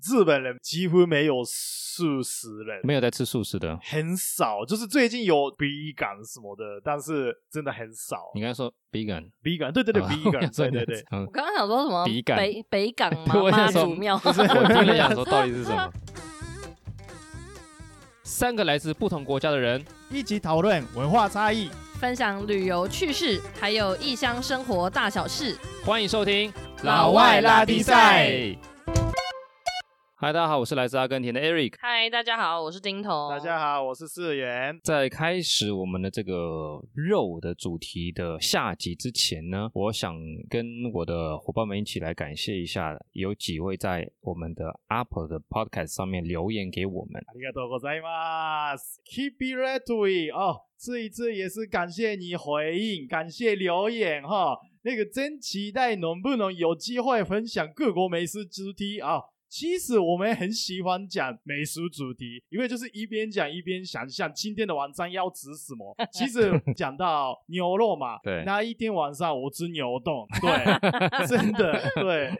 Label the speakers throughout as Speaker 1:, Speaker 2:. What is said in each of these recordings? Speaker 1: 日本人几乎没有素食人，
Speaker 2: 没有在吃素食的。
Speaker 1: 很少，就是最近有 vegan 什么的，但是真的很少。
Speaker 3: 嗯
Speaker 2: 你刚才说 vegan，
Speaker 1: vegan，对对对
Speaker 3: 啊
Speaker 2: 好 吧 我
Speaker 1: ，vegan，
Speaker 2: 想说
Speaker 1: 对
Speaker 2: 你
Speaker 1: 对
Speaker 2: 在
Speaker 1: 对，
Speaker 2: 嗯
Speaker 4: 我刚刚想说什么？
Speaker 2: 笔杆
Speaker 4: 北北 港
Speaker 2: 我想
Speaker 4: 妈妈
Speaker 2: 说
Speaker 4: 祖庙，
Speaker 1: 不是
Speaker 2: 我听了想说到底是什么？三个来自不同国家的人，
Speaker 3: 一起讨论文化差异。
Speaker 4: 分享旅游趣事，还有异乡生活大小事。
Speaker 2: 欢迎收听
Speaker 4: 老外拉
Speaker 3: 低赛。
Speaker 2: 嗨，大家好，我是来自阿根廷的 Eric。
Speaker 4: 嗨，大家好，我是丁彤。
Speaker 1: 大家好，我是世元。
Speaker 2: 在开始我们的这个肉的主题的下集之前呢，我想跟我的伙伴们一起来感谢一下，有几位在我们的 Apple 的 Podcast 上面留言给我们。
Speaker 1: ありがとうございます。Keep it right to it 哦，这一次也是感谢你回应，感谢留言哈、那个真期待能不能有机会分享各国美食主题啊、其实我们很喜欢讲美食主题，因为就是一边讲一边想象今天的晚餐要吃什么。其实讲到牛肉嘛，
Speaker 2: 对
Speaker 1: 那一天晚上我吃牛冻，对， 真的对，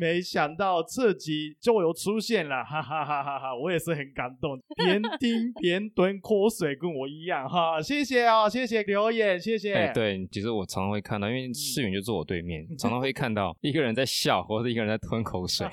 Speaker 1: 没想到这集就有出现了，哈哈哈哈哈！我也是很感动，边听边吞口水，跟我一样哈，谢谢哦，谢谢留言，谢谢。
Speaker 2: 哎、对，其实我常常会看到，因为世
Speaker 1: 嗯
Speaker 2: 远就坐我 对面，常常会看到一个人在笑，或者一个人在吞 口水。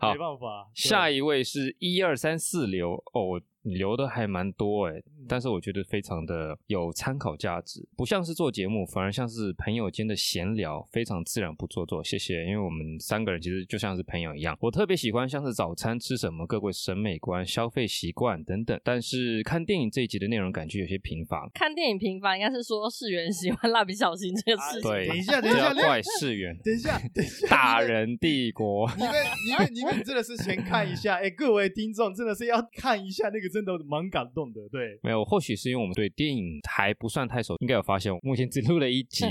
Speaker 2: 好
Speaker 1: 没办法。
Speaker 2: 下
Speaker 1: 一
Speaker 2: 一位是一二三四流哦，你留的还蛮多哎，
Speaker 1: 嗯
Speaker 2: 但是我觉得非常的有参考价值，不像是做节目，反而像是朋友间的闲聊，非常自然不做作。谢谢，因为我们三个人其实就像是朋友一样。我特别喜欢像是早餐吃什么，各位审美观、消费习惯等等，但是看电影这一集的内容感觉有些贫乏。
Speaker 4: 看电影频繁，应该是说世元喜欢蜡笔小新这个事情。
Speaker 2: 啊对，
Speaker 1: 等一下
Speaker 2: 不
Speaker 1: 等一下
Speaker 2: 要怪世元。
Speaker 1: 等一 下，等一下，
Speaker 2: 大人帝国，
Speaker 1: 你们、你们、你们真的是先看一下，哎、各位听众真的是要看一下那个，真的蛮感动的，对。
Speaker 2: 没有，或许是因为我们对电影还不算太熟，应该有发现，我目前只录了一集，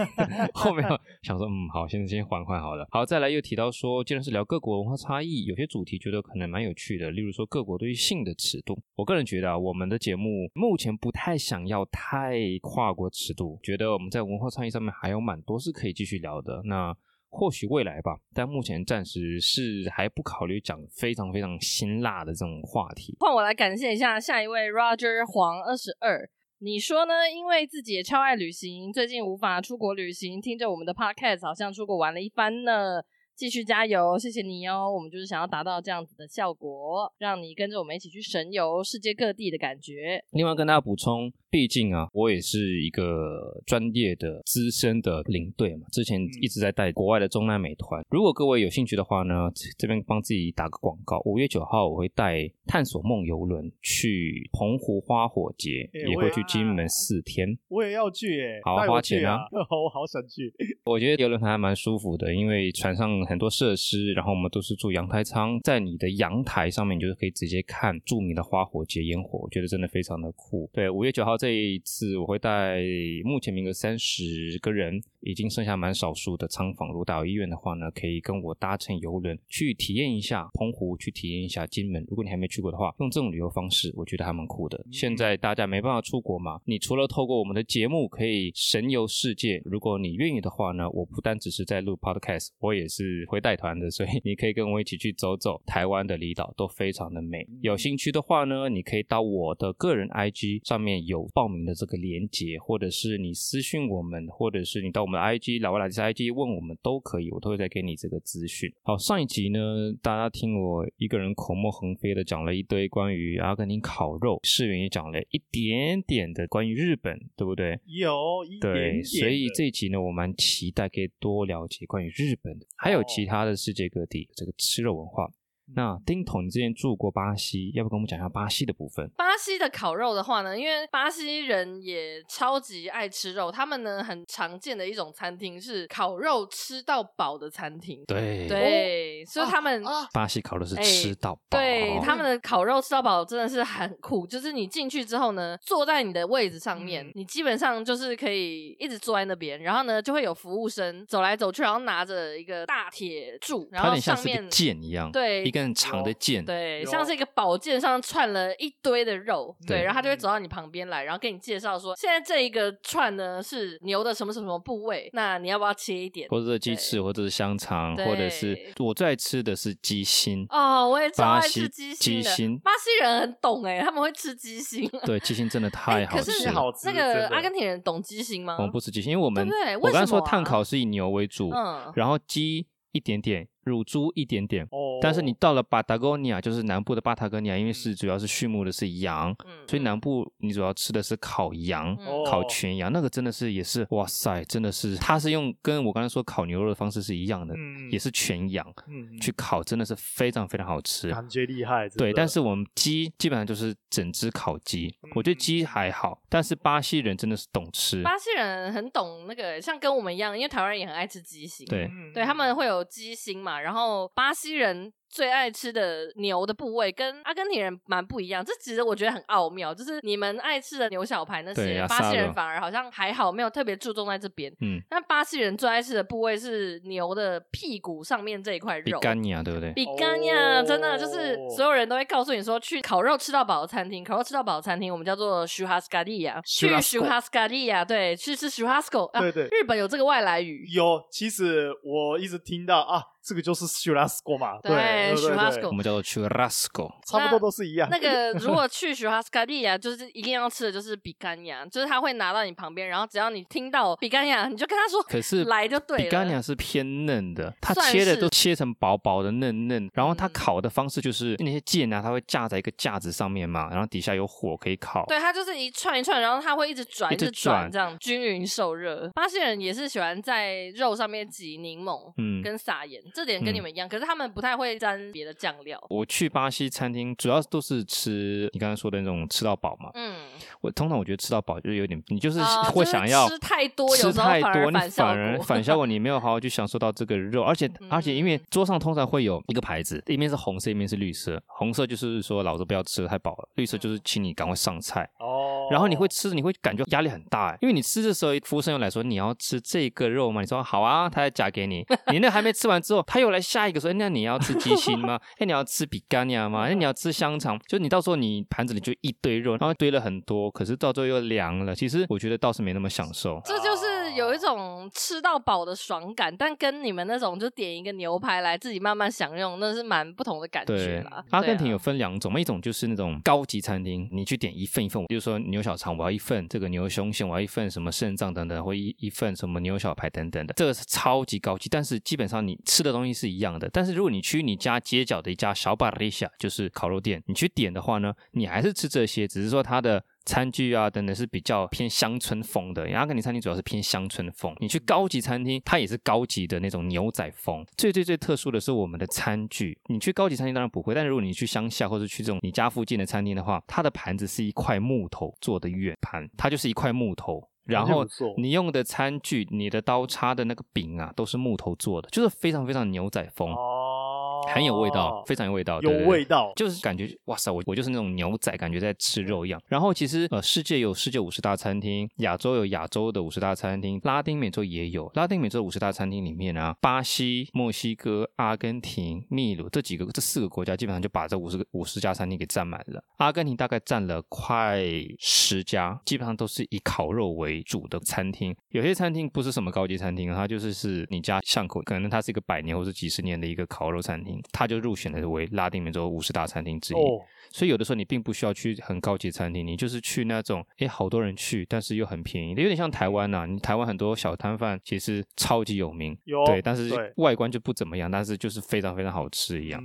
Speaker 2: 后面想说，嗯，好，先先缓缓好了。好，再来又提到说，既然是聊各国文化差异，有些主题觉得可能蛮有趣的，例如说各国对于性的尺度。我个人觉得啊，我们的节目目前不太想要太跨国尺度，觉得我们在文化差异上面还有蛮多是可以继续聊的。那或许未来吧，但目前暂时是还不考虑讲非常非常辛辣的这种话题。
Speaker 4: 换我来感谢一下下一位 Roger 黄二十二。你说呢？因为自己也超爱旅行，最近无法出国旅行，听着我们的 podcast 好像出国玩了一番呢。继续加油，谢谢你哦！我们就是想要达到这样子的效果，让你跟着我们一起去神游世界各地的感觉。
Speaker 2: 另外跟大家补充，毕竟啊，我也是一个专业的资深的领队嘛，之前一直在带国外的中南美团。如果各位有兴趣的话呢，这这边帮自己打个广告，五月九号我会带探索梦游轮去澎湖花火节，
Speaker 1: 哎
Speaker 2: 也
Speaker 1: 我
Speaker 2: 会
Speaker 1: 也
Speaker 2: 去金门四天。
Speaker 1: 我也要去耶、
Speaker 2: 好啊
Speaker 1: 带我去
Speaker 2: 花
Speaker 1: 我 好想去。
Speaker 2: 我觉得游轮还蛮舒服的，因为船上很多设施，然后我们都是住阳台舱，在你的阳台上面，你就是可以直接看著名的花火节烟火，我觉得真的非常的酷。对，五月九号这一次，我会带目前名额三十个人，已经剩下蛮少数的仓房，如果大家有意愿的话呢，可以跟我搭乘游轮去体验一下澎湖，去体验一下金门。如果你还没去过的话，用这种旅游方式，我觉得还蛮酷的。现在大家没办法出国嘛，你除了透过我们的节目可以神游世界，如果你愿意的话呢，我不单只是在录 podcast，我也是会带团的，所以你可以跟我一起去走走台湾的离岛，都非常的美。有兴趣的话呢，你可以到我的个人 IG 上面有报名的这个连接，或者是你私讯我们，或者是你到我们的 IG 老外来自 IG 问我们都可以，我都会再给你这个资讯。好，上一集呢，大家听我一个人口沫横飞的讲了一堆关于阿根廷烤肉，世云也讲了一点点的关于日本，对不对？
Speaker 1: 有一点点
Speaker 2: 对，
Speaker 1: 的，
Speaker 2: 所以这一集呢，我蛮期待可以多了解关于日本的，还有
Speaker 4: 哦
Speaker 2: 其他的世界各地这个吃肉文化。
Speaker 4: 嗯
Speaker 2: 那丁彤，你之前住过巴西，要不跟我们讲一下巴西的部分？
Speaker 4: 巴西的烤肉的话呢，因为巴西人也超级爱吃肉，他们呢很常见的一种餐厅是烤肉吃到饱的餐厅。
Speaker 2: 对
Speaker 4: 对，所以他 们
Speaker 1: 啊，
Speaker 2: 巴西烤肉是
Speaker 4: 哎
Speaker 2: 吃到饱、哦
Speaker 4: 对，他们的烤肉吃到饱真的是很酷，就是你进去之后呢，坐在你的位置上面，
Speaker 1: 嗯
Speaker 4: 你基本上就是可以一直坐在那边，然后呢就会有服务生走来走去，然后拿着一个大铁柱，然
Speaker 2: 它有
Speaker 4: 后
Speaker 2: 点像
Speaker 4: 上
Speaker 2: 是一
Speaker 4: 面
Speaker 2: 个。剑一样，
Speaker 4: 对，
Speaker 2: 一根很长的剑，
Speaker 4: 对，
Speaker 1: 有
Speaker 4: 像是一个宝剑上串了一堆的肉，对，
Speaker 2: 对嗯
Speaker 4: 然后他就会走到你旁边来，然后跟你介绍说，现在这一个串呢是牛的什么什么部位，那你要不要切一点？
Speaker 2: 或者是鸡翅，或者是香肠，
Speaker 4: 对
Speaker 2: 或者是我最爱吃的是鸡心。
Speaker 4: 哦，我也超
Speaker 2: 巴
Speaker 4: 爱
Speaker 2: 西
Speaker 4: 吃鸡心
Speaker 2: 鸡
Speaker 4: 的，
Speaker 2: 心
Speaker 4: 巴西人很懂哎、他们会吃鸡心。
Speaker 2: 对，鸡心真的太
Speaker 4: 哎
Speaker 2: 好
Speaker 4: 可
Speaker 2: 吃
Speaker 4: 是
Speaker 2: 了。
Speaker 1: 好吃
Speaker 4: 那
Speaker 1: 真
Speaker 4: 个
Speaker 1: 的
Speaker 4: 阿根廷人懂鸡心吗
Speaker 2: 我？们不吃鸡心，因为我们
Speaker 4: 对不对为
Speaker 2: 我刚才
Speaker 4: 什
Speaker 2: 说
Speaker 4: 么啊
Speaker 2: 碳烤是以牛为主，
Speaker 4: 嗯，
Speaker 2: 然后鸡一点点，乳猪一点点。
Speaker 1: 哦，
Speaker 2: 但是你到了巴塔哥尼亚，就是南部的巴塔哥尼亚，因为是主要是畜牧的是羊，
Speaker 4: 嗯
Speaker 2: 所以南部你主要吃的是烤羊、
Speaker 4: 嗯
Speaker 2: 烤
Speaker 1: 全。
Speaker 2: 全羊，那个真的是也是哇塞，真的是它是用跟我刚才说烤牛肉的方式是一样的，
Speaker 1: 嗯
Speaker 2: 也是全羊
Speaker 1: 嗯
Speaker 2: 去烤，真的是非常非常好吃。
Speaker 1: 感觉厉害，真
Speaker 2: 对，
Speaker 1: 的
Speaker 2: 但是我们鸡基本上就是整只烤鸡，我觉得鸡还好，但是巴西人真的是懂吃，
Speaker 4: 嗯巴西人很懂那个，欸像跟我们一样，因为台湾人也很爱吃鸡心。啊
Speaker 2: 对
Speaker 1: 嗯
Speaker 4: 对，他们会有鸡心嘛，然后巴西人最爱吃的牛的部位跟阿根廷人蛮不一样，这其实我觉得很奥妙，就是你们爱吃的牛小排那
Speaker 2: 对
Speaker 4: 些，
Speaker 2: 啊
Speaker 4: 巴西
Speaker 2: 萨
Speaker 4: 人
Speaker 2: 勒
Speaker 4: 反而好像还好，没有特别注重在这边。
Speaker 2: 嗯，
Speaker 4: 但巴西人最爱吃的部位是牛的屁股上面这一块
Speaker 2: 比
Speaker 4: 肉。
Speaker 2: 干尼亚对不对？
Speaker 4: 比干呀，
Speaker 1: 哦
Speaker 4: 真的就是所有人都会告诉你说，去烤肉吃到饱的餐厅，烤肉吃到饱的餐厅，我们叫做 s h u h a s c a d i a 去
Speaker 1: Churrasco
Speaker 4: s h u h a s c a d i a 对，去吃 s h u h a s c o 啊，
Speaker 1: 对对
Speaker 4: 日本有这个外来语，
Speaker 1: 有，其实我一直听到啊，这个就是 s h u r a s c o 嘛，
Speaker 4: 对
Speaker 1: 对
Speaker 4: s h u
Speaker 1: 对
Speaker 4: h a s
Speaker 1: 对
Speaker 4: c o
Speaker 2: 我们叫做 churrasco，
Speaker 1: 差不多都是一 样。
Speaker 4: 那个如果去 s h u h a s c a d i a 啊就是一定要吃的就是比干呀，就是他会拿到你旁边，然后只要你听到比干呀，你就跟他说，
Speaker 2: 可是
Speaker 4: 来就对了。
Speaker 2: 比干尼亚是偏嫩的，它
Speaker 4: 算
Speaker 2: 切的
Speaker 4: 是
Speaker 2: 都切成薄薄的嫩嫩，然后它
Speaker 4: 嗯
Speaker 2: 烤的方式就是那些剑啊，它会架在一个架子上面嘛，然后底下有火可以烤。
Speaker 4: 对，它就是一串一串，然后它会一直转，
Speaker 2: 一直
Speaker 4: 转，
Speaker 2: 转
Speaker 4: 这样均匀受热。巴西人也是喜欢在肉上面挤柠檬，
Speaker 2: 嗯
Speaker 4: 跟撒盐，这点跟你
Speaker 2: 嗯
Speaker 4: 们一样，可是他们不太会沾别的酱料。
Speaker 2: 我去巴西餐厅，主要都是吃你刚刚说的那种吃到饱嘛。
Speaker 4: 嗯，
Speaker 2: 我通常我觉得吃到饱就是有点，你就是
Speaker 4: 啊
Speaker 2: 会
Speaker 4: 就是
Speaker 2: 想要
Speaker 4: 吃太多有
Speaker 2: 吃
Speaker 4: 时候
Speaker 2: 太
Speaker 4: 反而
Speaker 2: 多，你
Speaker 4: 反效
Speaker 2: 反而
Speaker 4: 果
Speaker 2: 反 效果，你没有好好去享受到这个肉，而且而且因为
Speaker 4: 嗯
Speaker 2: 桌上通常会有一个牌子，一面是红色，一面是绿色，红色就是说老子不要吃得太饱了，绿色就是请你赶快上菜。
Speaker 1: 哦，
Speaker 2: 然后你会吃，你会感觉压力很大哎，因为你吃的时候，服务生又来说你要吃这个肉吗？你说好啊，他再夹给你，你那还没吃完之后，他又来下一个说，哎那你要吃鸡心吗？哎，你要吃比干呀吗？哎，你要吃香肠？就你到时候你盘子里就一堆肉，然后堆了很多，可是到最后又凉了。其实我觉得倒是没那么享受。
Speaker 4: 这就是有一种吃到饱的爽感，但跟你们那种就点一个牛排来自己慢慢享用，那是蛮不同的感觉
Speaker 2: 对
Speaker 4: 啦。，
Speaker 2: 阿根廷
Speaker 4: 对啊
Speaker 2: 有分两种嘛，一种就是那种高级餐厅，你去点一份一份，比如说牛小肠我要一份，这个牛胸腺我要一份，什么肾脏等等，或一一份什么牛小排等等的，这个是超级高级，但是基本上你吃的东西是一样的。但是如果你去你家街角的一家小巴里夏，就是烤肉店，你去点的话呢，你还是吃这些，只是说它的。餐具啊，等等是比较偏乡村风的。因为阿根廷餐厅主要是偏乡村风，你去高级餐厅，它也是高级的那种牛仔风。最最最特殊的是我们的餐具，你去高级餐厅当然不会，但如果你去乡下或者去这种你家附近的餐厅的话，它的盘子是一块木头做的圆盘，它就是一块木头。然
Speaker 1: 那就
Speaker 2: 后
Speaker 1: 不错
Speaker 2: 你用的餐具、你的刀叉的那个柄啊，都是木头做的，就是非常非常牛仔风，
Speaker 1: 哦，
Speaker 2: 很有味道，非常有味道，
Speaker 1: 有
Speaker 2: 对对对
Speaker 1: 味道，
Speaker 2: 就是感觉哇塞，我我就是那种牛仔，感觉在吃肉一样。
Speaker 1: 嗯
Speaker 2: 然后其实呃，世界有世界五十大餐厅，亚洲有亚洲的五十大餐厅，拉丁美洲也有。拉丁美洲五十大餐厅里面啊，巴西、墨西哥、阿根廷、秘鲁这几个这四个国家基本上就把这五十个五十家餐厅给占满了。阿根廷大概占了快十家，基本上都是以烤肉为主的餐厅。有些餐厅不是什么高级餐厅啊，它就是是你家巷口，可能它是一个百年或是几十年的一个烤肉餐厅，它就入选了为拉丁美洲五十大餐厅之一。
Speaker 1: 哦，
Speaker 2: 所以有的时候你并不需要去很高级餐厅，你就是去那种诶好多人去，但是又很便宜的，有点像台湾呐、你台湾很多小摊贩其实超级有名，
Speaker 1: 有
Speaker 2: 对，但是
Speaker 1: 对嗯
Speaker 2: 外观就不怎么样，但是就是非常非常好吃一样。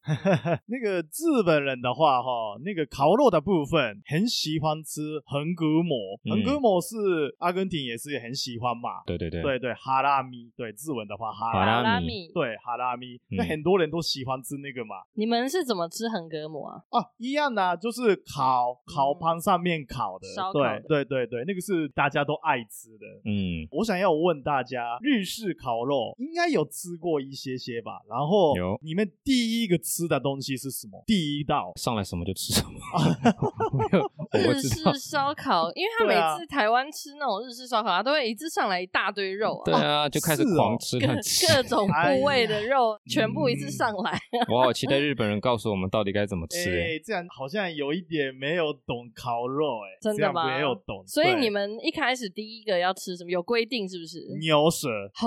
Speaker 1: 那个日本人的话，哈，那个烤肉的部分很喜欢吃横膈膜，
Speaker 2: 嗯
Speaker 1: 横膈膜是阿根廷也是很喜欢嘛，
Speaker 2: 对对对，
Speaker 1: 对对，哈拉米，对日文的话哈
Speaker 2: 好
Speaker 1: 拉
Speaker 2: 啦
Speaker 1: 米，
Speaker 4: 拉
Speaker 2: 米
Speaker 4: 米，
Speaker 1: 对哈拉米，那
Speaker 2: 嗯
Speaker 1: 很多人都喜欢吃那个嘛，
Speaker 4: 你们是怎么吃横膈膜啊？
Speaker 1: 啊，一样的啊、就是烤烤
Speaker 4: 嗯
Speaker 1: 盘上面烤的，
Speaker 4: 烧烤
Speaker 1: 对
Speaker 4: 的
Speaker 1: 对对对，那个是大家都爱吃的，
Speaker 2: 嗯，
Speaker 1: 我想要问大家，日式烤肉应该有吃过一些些吧？然后
Speaker 2: 有
Speaker 1: 你们第一个吃的东西是什么？第一道
Speaker 2: 上来什么就吃 什么，我没有，我不
Speaker 4: 日
Speaker 2: 知道
Speaker 4: 式。烧烤，因为 他
Speaker 1: 对
Speaker 4: 每
Speaker 1: 啊
Speaker 4: 次台湾吃那种日式烧烤，啊他都会一次上来一大堆肉啊，
Speaker 2: 对啊，就开始
Speaker 1: 是哦
Speaker 2: 狂吃
Speaker 4: 各
Speaker 2: 乱吃。
Speaker 4: 各种
Speaker 1: 哎
Speaker 4: 嗯部位的肉全部一次上来，
Speaker 2: 我好期待日本人告诉我们到底该怎么吃、欸。
Speaker 1: 哎、这样好像有一点没有懂烤肉、哎，
Speaker 4: 真的
Speaker 1: 这样
Speaker 4: 吗
Speaker 1: 没有懂，
Speaker 4: 所以
Speaker 1: 对
Speaker 4: 你们一开始第一个要吃什么？有规定是不是？
Speaker 1: 牛舌。
Speaker 4: 哦，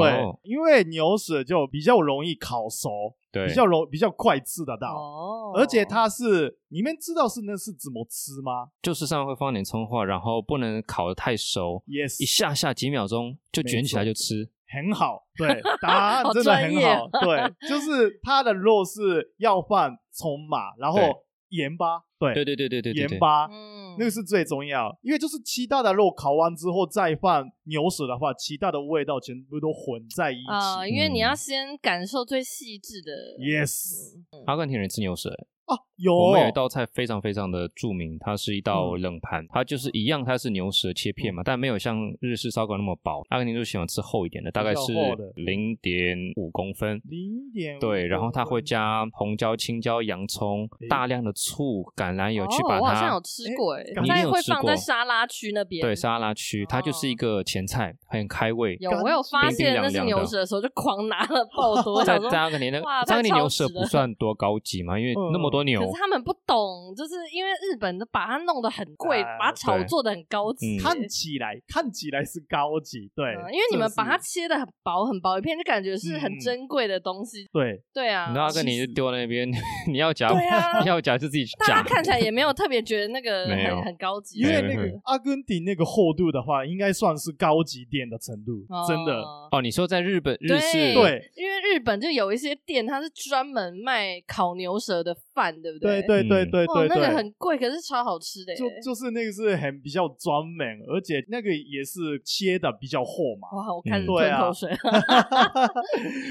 Speaker 1: 对
Speaker 2: 哦，
Speaker 1: 因为牛舌就比较容易烤熟，
Speaker 2: 对，
Speaker 1: 比较容比较快吃得到，
Speaker 4: 哦，
Speaker 1: 而且它是你们知道是那是怎么吃吗
Speaker 2: 就是上面会放点葱花，然后不能烤得太熟，一
Speaker 1: ？Yes，
Speaker 2: 下下几秒钟就卷起来就吃。
Speaker 1: 很好， 对，答案
Speaker 4: 好
Speaker 1: 真的
Speaker 4: 专
Speaker 1: 很
Speaker 4: 业
Speaker 1: 好，对，就是它的肉是要放葱嘛，然
Speaker 2: 对
Speaker 1: 后盐巴，对，
Speaker 2: 对对对对对对
Speaker 1: 盐
Speaker 2: 对，
Speaker 1: 巴，
Speaker 4: 嗯
Speaker 1: 那个是最重要，因为就是七大的肉烤完之后再放牛舌的话，七大的味道全部都混在一起。
Speaker 4: 啊、因为你
Speaker 2: 嗯
Speaker 4: 要先感受最细致的嗯
Speaker 1: yes，
Speaker 2: 阿根廷人吃牛舌、
Speaker 1: 啊，有
Speaker 2: 我们有一道菜非常非常的著名，它是一道
Speaker 1: 嗯
Speaker 2: 冷盘，它就是一样，它是牛舌切片嘛，但没有像日式烧烤那么薄。阿根廷就喜欢吃厚一点的，大概
Speaker 1: 比较
Speaker 2: 是
Speaker 1: 厚的
Speaker 2: 零点五公分。
Speaker 1: 零点
Speaker 2: 对，然后它会加红椒、青椒、洋葱、大量的醋、橄榄油去把
Speaker 4: 哦、我好像有
Speaker 2: 它。
Speaker 4: 吃过、欸，
Speaker 2: 你一定
Speaker 4: 在
Speaker 2: 有
Speaker 4: 会
Speaker 2: 吃
Speaker 4: 放在
Speaker 2: 过
Speaker 4: 沙拉区那边。
Speaker 2: 对，沙拉区，它就是一个前菜，很开胃。
Speaker 4: 哦有我有发
Speaker 2: 冰冰
Speaker 4: 现那
Speaker 2: 凉
Speaker 4: 是
Speaker 2: 凉
Speaker 4: 牛
Speaker 2: 的
Speaker 4: 舌的时候，就狂拿 了爆多，我
Speaker 2: 在
Speaker 4: 想说
Speaker 2: 在阿根廷那
Speaker 4: 哇，
Speaker 2: 在阿
Speaker 4: 太
Speaker 2: 根廷
Speaker 4: 超
Speaker 2: 牛舌
Speaker 4: 值
Speaker 2: 不
Speaker 4: 了嗯
Speaker 2: 算多高级嘛，因为那么多牛
Speaker 4: 可，是他们不懂，就是因为日本都把它弄得很贵，
Speaker 1: 啊
Speaker 4: 把它炒
Speaker 2: 对
Speaker 4: 作的很高级、
Speaker 2: 嗯
Speaker 4: 欸
Speaker 1: 看起来看起来是高级，对，
Speaker 4: 嗯因为你们把它切的很薄很薄一片，就感觉是
Speaker 1: 嗯
Speaker 4: 很
Speaker 1: 嗯
Speaker 4: 珍贵的东西。
Speaker 1: 对
Speaker 4: 对啊
Speaker 2: 你知，道阿根廷就丢在那边，你要夹，
Speaker 4: 对啊
Speaker 2: 你 要夹就自己
Speaker 4: 大家
Speaker 2: 夹。
Speaker 4: 看起来也没有特别觉得那个
Speaker 2: 没有
Speaker 4: 很很高级，
Speaker 1: 因为
Speaker 2: 没
Speaker 1: 那
Speaker 2: 有没
Speaker 1: 个阿根廷那个厚度的话，应该算是高级店的程度，真的。
Speaker 4: 哦
Speaker 2: 哦，你说在日本日式
Speaker 1: 对
Speaker 4: 因为日本就有一些店，它是专门卖烤牛舌的饭，对不
Speaker 1: 对
Speaker 4: 对
Speaker 1: 对对
Speaker 2: 嗯
Speaker 1: 对
Speaker 4: 哇，
Speaker 1: 对
Speaker 4: 那个
Speaker 1: 对，
Speaker 4: 很贵，可是超好吃的耶。
Speaker 1: 就就是那个是很比较专门，而且那个也是切的比较厚 嘛。
Speaker 4: 哇，我开始
Speaker 2: 嗯
Speaker 1: 对
Speaker 4: 吞
Speaker 1: 啊
Speaker 4: 口水。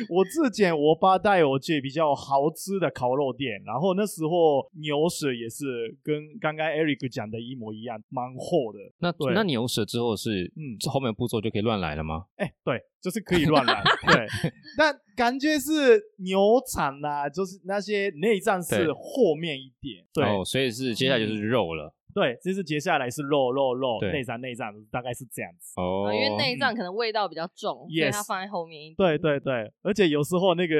Speaker 1: 我之前我爸带我去比较好吃的烤肉店，然后那时候牛舌也是跟刚刚 Eric 讲的一模一样，蛮厚的。
Speaker 2: 那
Speaker 1: 对
Speaker 2: 那牛舌之后是，
Speaker 1: 嗯
Speaker 2: 嗯，后面步骤就可以乱来了吗？
Speaker 1: 哎、对，就是可以乱 来。对，但感觉是牛肠啦、就是那些内脏是
Speaker 2: 对
Speaker 1: 后面一点。对、
Speaker 2: 哦，所以是接下来就是
Speaker 4: 嗯
Speaker 2: 肉了。
Speaker 1: 对，这是接下来是肉肉肉，
Speaker 2: 对
Speaker 1: 内脏内脏，大概是这样子。
Speaker 2: 哦，
Speaker 4: 因为内脏可能味道比较重，所以
Speaker 1: Yes
Speaker 4: 它放在后面一点。
Speaker 1: 对对对，而且有时候那个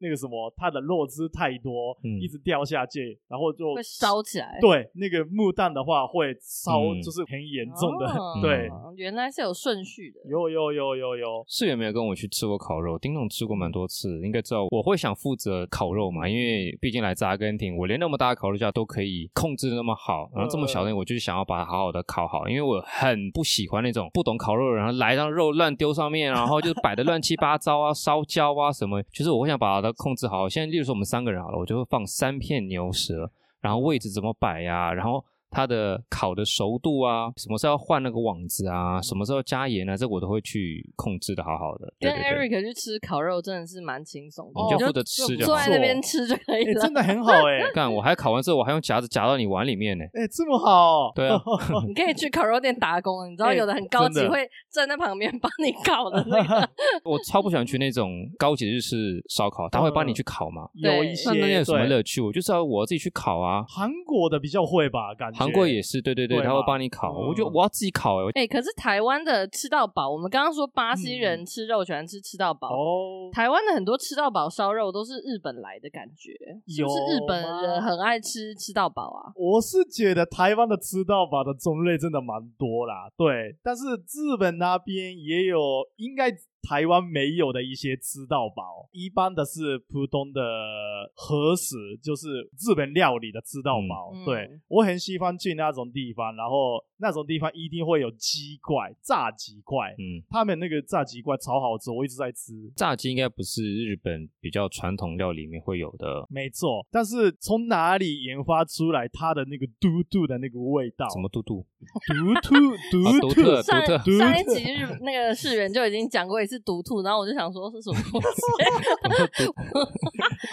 Speaker 1: 那个什么，它的肉汁太多，
Speaker 2: 嗯
Speaker 1: 一直掉下去，然后就
Speaker 4: 会烧起来。
Speaker 1: 对，那个木炭的话会烧，
Speaker 2: 嗯
Speaker 1: 就是很严重的。
Speaker 4: 哦
Speaker 1: 对，
Speaker 4: 原来是有顺序的。
Speaker 1: 有有有有 有，
Speaker 2: 是有没有跟我去吃过烤肉？丁总吃过蛮多次，应该知道我会想负责烤肉嘛，因为毕竟来自阿根廷，我连那么大的烤肉架都可以控制得那么好，然后这么小的我就是想要把它好好的烤好，因为我很不喜欢那种不懂烤肉的人，然后来到肉乱丢上面，然后就摆的乱七八糟啊，烧焦啊什么，就是我会想把它控制好。现在例如说我们三个人好了，我就会放三片牛舌，然后位置怎么摆呀、然后。它的烤的熟度啊，什么时候要换那个网子啊，什么时候加盐啊，这我都会去控制的好好的。对
Speaker 4: 跟
Speaker 2: 对对
Speaker 4: Eric 去吃烤肉真的是蛮轻松的，
Speaker 2: 你
Speaker 4: 你
Speaker 2: 就
Speaker 4: 就
Speaker 2: 负责吃就
Speaker 4: 坐
Speaker 2: 好
Speaker 4: 在。那边吃就可以
Speaker 1: 哎、
Speaker 4: 了。
Speaker 1: 真的很好 哎、欸，
Speaker 2: 干，我还烤完之后，我还用夹子夹到你碗里面呢。
Speaker 1: 哎、这么好，
Speaker 2: 对啊
Speaker 4: 你可以去烤肉店打工，你知道有的很高级
Speaker 1: 真，的
Speaker 4: 会站在旁边帮你烤的那个。
Speaker 2: 我超不喜欢去那种高级的日式烧烤，他会帮你去烤嘛？
Speaker 1: 有一
Speaker 4: 对
Speaker 1: 些
Speaker 2: 那那有什么
Speaker 1: 嗯对
Speaker 2: 乐趣？我就知道我要自己去烤啊。
Speaker 1: 韩国的比较会吧，感觉
Speaker 2: 韩国也是，对对对，
Speaker 1: 对嘛
Speaker 2: 他会帮你烤。
Speaker 1: 嗯
Speaker 2: 我觉得我要自己烤哎，
Speaker 4: 哎、可是台湾的吃到饱，我们刚刚说巴西人吃肉喜欢吃吃到饱，
Speaker 1: 哦，
Speaker 4: 台湾的很多吃到饱烧肉都是日本来的感觉，是不是日本人很爱吃吃到饱啊？
Speaker 1: 我是觉得台湾的吃到饱的种类真的蛮多啦，对，但是日本那边也有，应该台湾没有的一些吃到饱，一般的是普通的和食，就是日本料理的吃到饱。
Speaker 4: 嗯
Speaker 1: 对
Speaker 4: 嗯
Speaker 1: 我很喜欢去那种地方，然后那种地方一定会有鸡块、炸鸡块，
Speaker 2: 嗯，
Speaker 1: 他们那个炸鸡块超好吃，我一直在吃。
Speaker 2: 炸鸡应该不是日本比较传统料理里面会有的，
Speaker 1: 没错，但是从哪里研发出来它的那个嘟嘟的那个味道？
Speaker 2: 什么肚肚，
Speaker 1: 独兔？
Speaker 2: 啊
Speaker 1: 独
Speaker 2: 独
Speaker 1: 兔？
Speaker 2: 特
Speaker 4: 上
Speaker 2: 独特
Speaker 1: 独
Speaker 4: 上一
Speaker 1: 特
Speaker 4: 集日那个世人就已经讲过一次毒兔，然后我就想说是什么东西，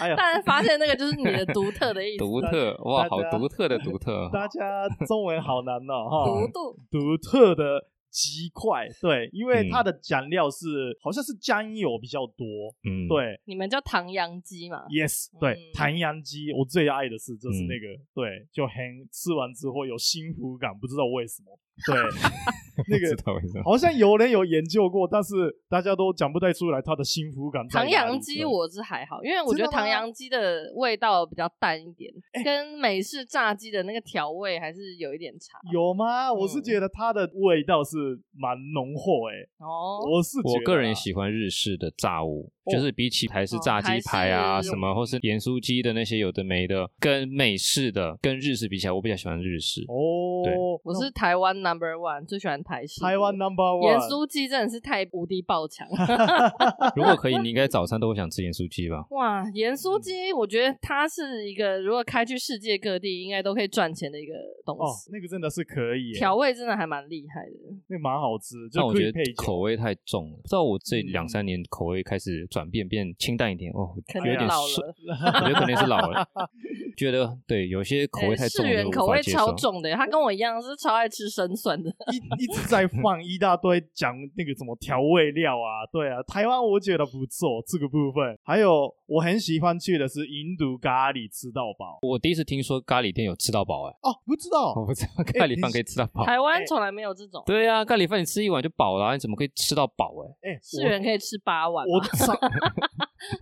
Speaker 1: 哎呀，
Speaker 4: 但发现那个就是你的独特的意 思，
Speaker 2: 独特哇，好
Speaker 1: 大家
Speaker 2: 独特的 独特。
Speaker 1: 大家中文好难 哦，
Speaker 4: 独
Speaker 1: 哈，
Speaker 4: 度
Speaker 1: 独特的鸡块，对，因为
Speaker 2: 嗯
Speaker 1: 它的酱料是好像是酱油比较多，
Speaker 2: 嗯，
Speaker 1: 对
Speaker 4: 你们叫唐扬鸡嘛？
Speaker 1: ，yes，对
Speaker 4: 嗯，
Speaker 1: 唐扬鸡我最爱的是就是
Speaker 2: 嗯
Speaker 1: 那个，对，就很吃完之后有幸福感，不知道为什么，对，那
Speaker 2: 不知
Speaker 1: 个
Speaker 2: 道为什么。
Speaker 1: 好像有人有研究过，但是大家都讲不太出来它的幸福感在哪
Speaker 4: 唐
Speaker 1: 里。
Speaker 4: 扬鸡我是还好，因为我觉
Speaker 1: 真的
Speaker 4: 得
Speaker 1: 吗哎
Speaker 4: 唐扬鸡的味道比较淡一点，跟美式炸鸡的那个调味还是有一点差。
Speaker 1: 有吗？我是觉得它的味道是蛮浓厚诶、
Speaker 4: 哦，
Speaker 1: 我 是觉
Speaker 2: 我
Speaker 1: 得
Speaker 2: 个人
Speaker 1: 啊
Speaker 2: 也喜欢日式的炸物，
Speaker 1: 哦
Speaker 2: 就是比起台式炸鸡排
Speaker 4: 哦台
Speaker 2: 啊
Speaker 4: 式
Speaker 2: 什么，或是盐酥鸡的那些有的没的，跟美式的跟日式比起来，我比较喜欢日式。对
Speaker 1: 哦，
Speaker 4: 我是台湾 number one，最喜欢台式的。
Speaker 1: 台湾 number
Speaker 4: 盐
Speaker 1: one，
Speaker 4: 酥鸡真的是太无敌 爆强。
Speaker 2: 如果可以，你应该早餐都会想吃盐酥鸡吧？
Speaker 4: 哇，盐酥鸡，我觉得它是一个如果开去世界各地，应该都可以赚钱的一个东
Speaker 1: 哦，
Speaker 4: 西。
Speaker 1: 那个真的是可以、欸，
Speaker 4: 调味真的还蛮厉害的，
Speaker 1: 那个蛮好吃，
Speaker 2: 但
Speaker 1: 就
Speaker 2: 我
Speaker 1: 可
Speaker 2: 觉
Speaker 1: 以
Speaker 2: 得
Speaker 1: 配酒。
Speaker 2: 口味太重了，不知道我这
Speaker 1: 嗯
Speaker 2: 两三年口味开始转变，变清淡一点哦，
Speaker 4: 可
Speaker 2: 有点
Speaker 4: 能老
Speaker 2: 酸，
Speaker 4: 了。
Speaker 2: 我觉得可能是老了，觉得对有些口味
Speaker 4: 哎
Speaker 2: 太重
Speaker 4: 世
Speaker 2: 了，
Speaker 4: 元
Speaker 2: 我
Speaker 4: 口
Speaker 2: 无法
Speaker 4: 味
Speaker 2: 接受
Speaker 4: 超。重的，他跟我一样是超爱吃生蒜的。
Speaker 1: 一一直在放一大堆讲那个什么调味料啊，对啊，台湾我觉得不错这个部分。还有我很喜欢去的是印度咖喱吃到饱
Speaker 2: 我第一次听说咖喱店有吃到饱，哎，
Speaker 1: 哦，不知道
Speaker 2: 我不知道咖喱饭可以吃到饱。
Speaker 4: 台湾
Speaker 1: 哎
Speaker 4: 从来没有这种，
Speaker 2: 对呀、啊，咖喱饭你吃一碗就饱了啊、你怎么可以吃到饱？哎，
Speaker 1: 哎、
Speaker 4: 世元可以吃八碗吧。
Speaker 1: 我我 超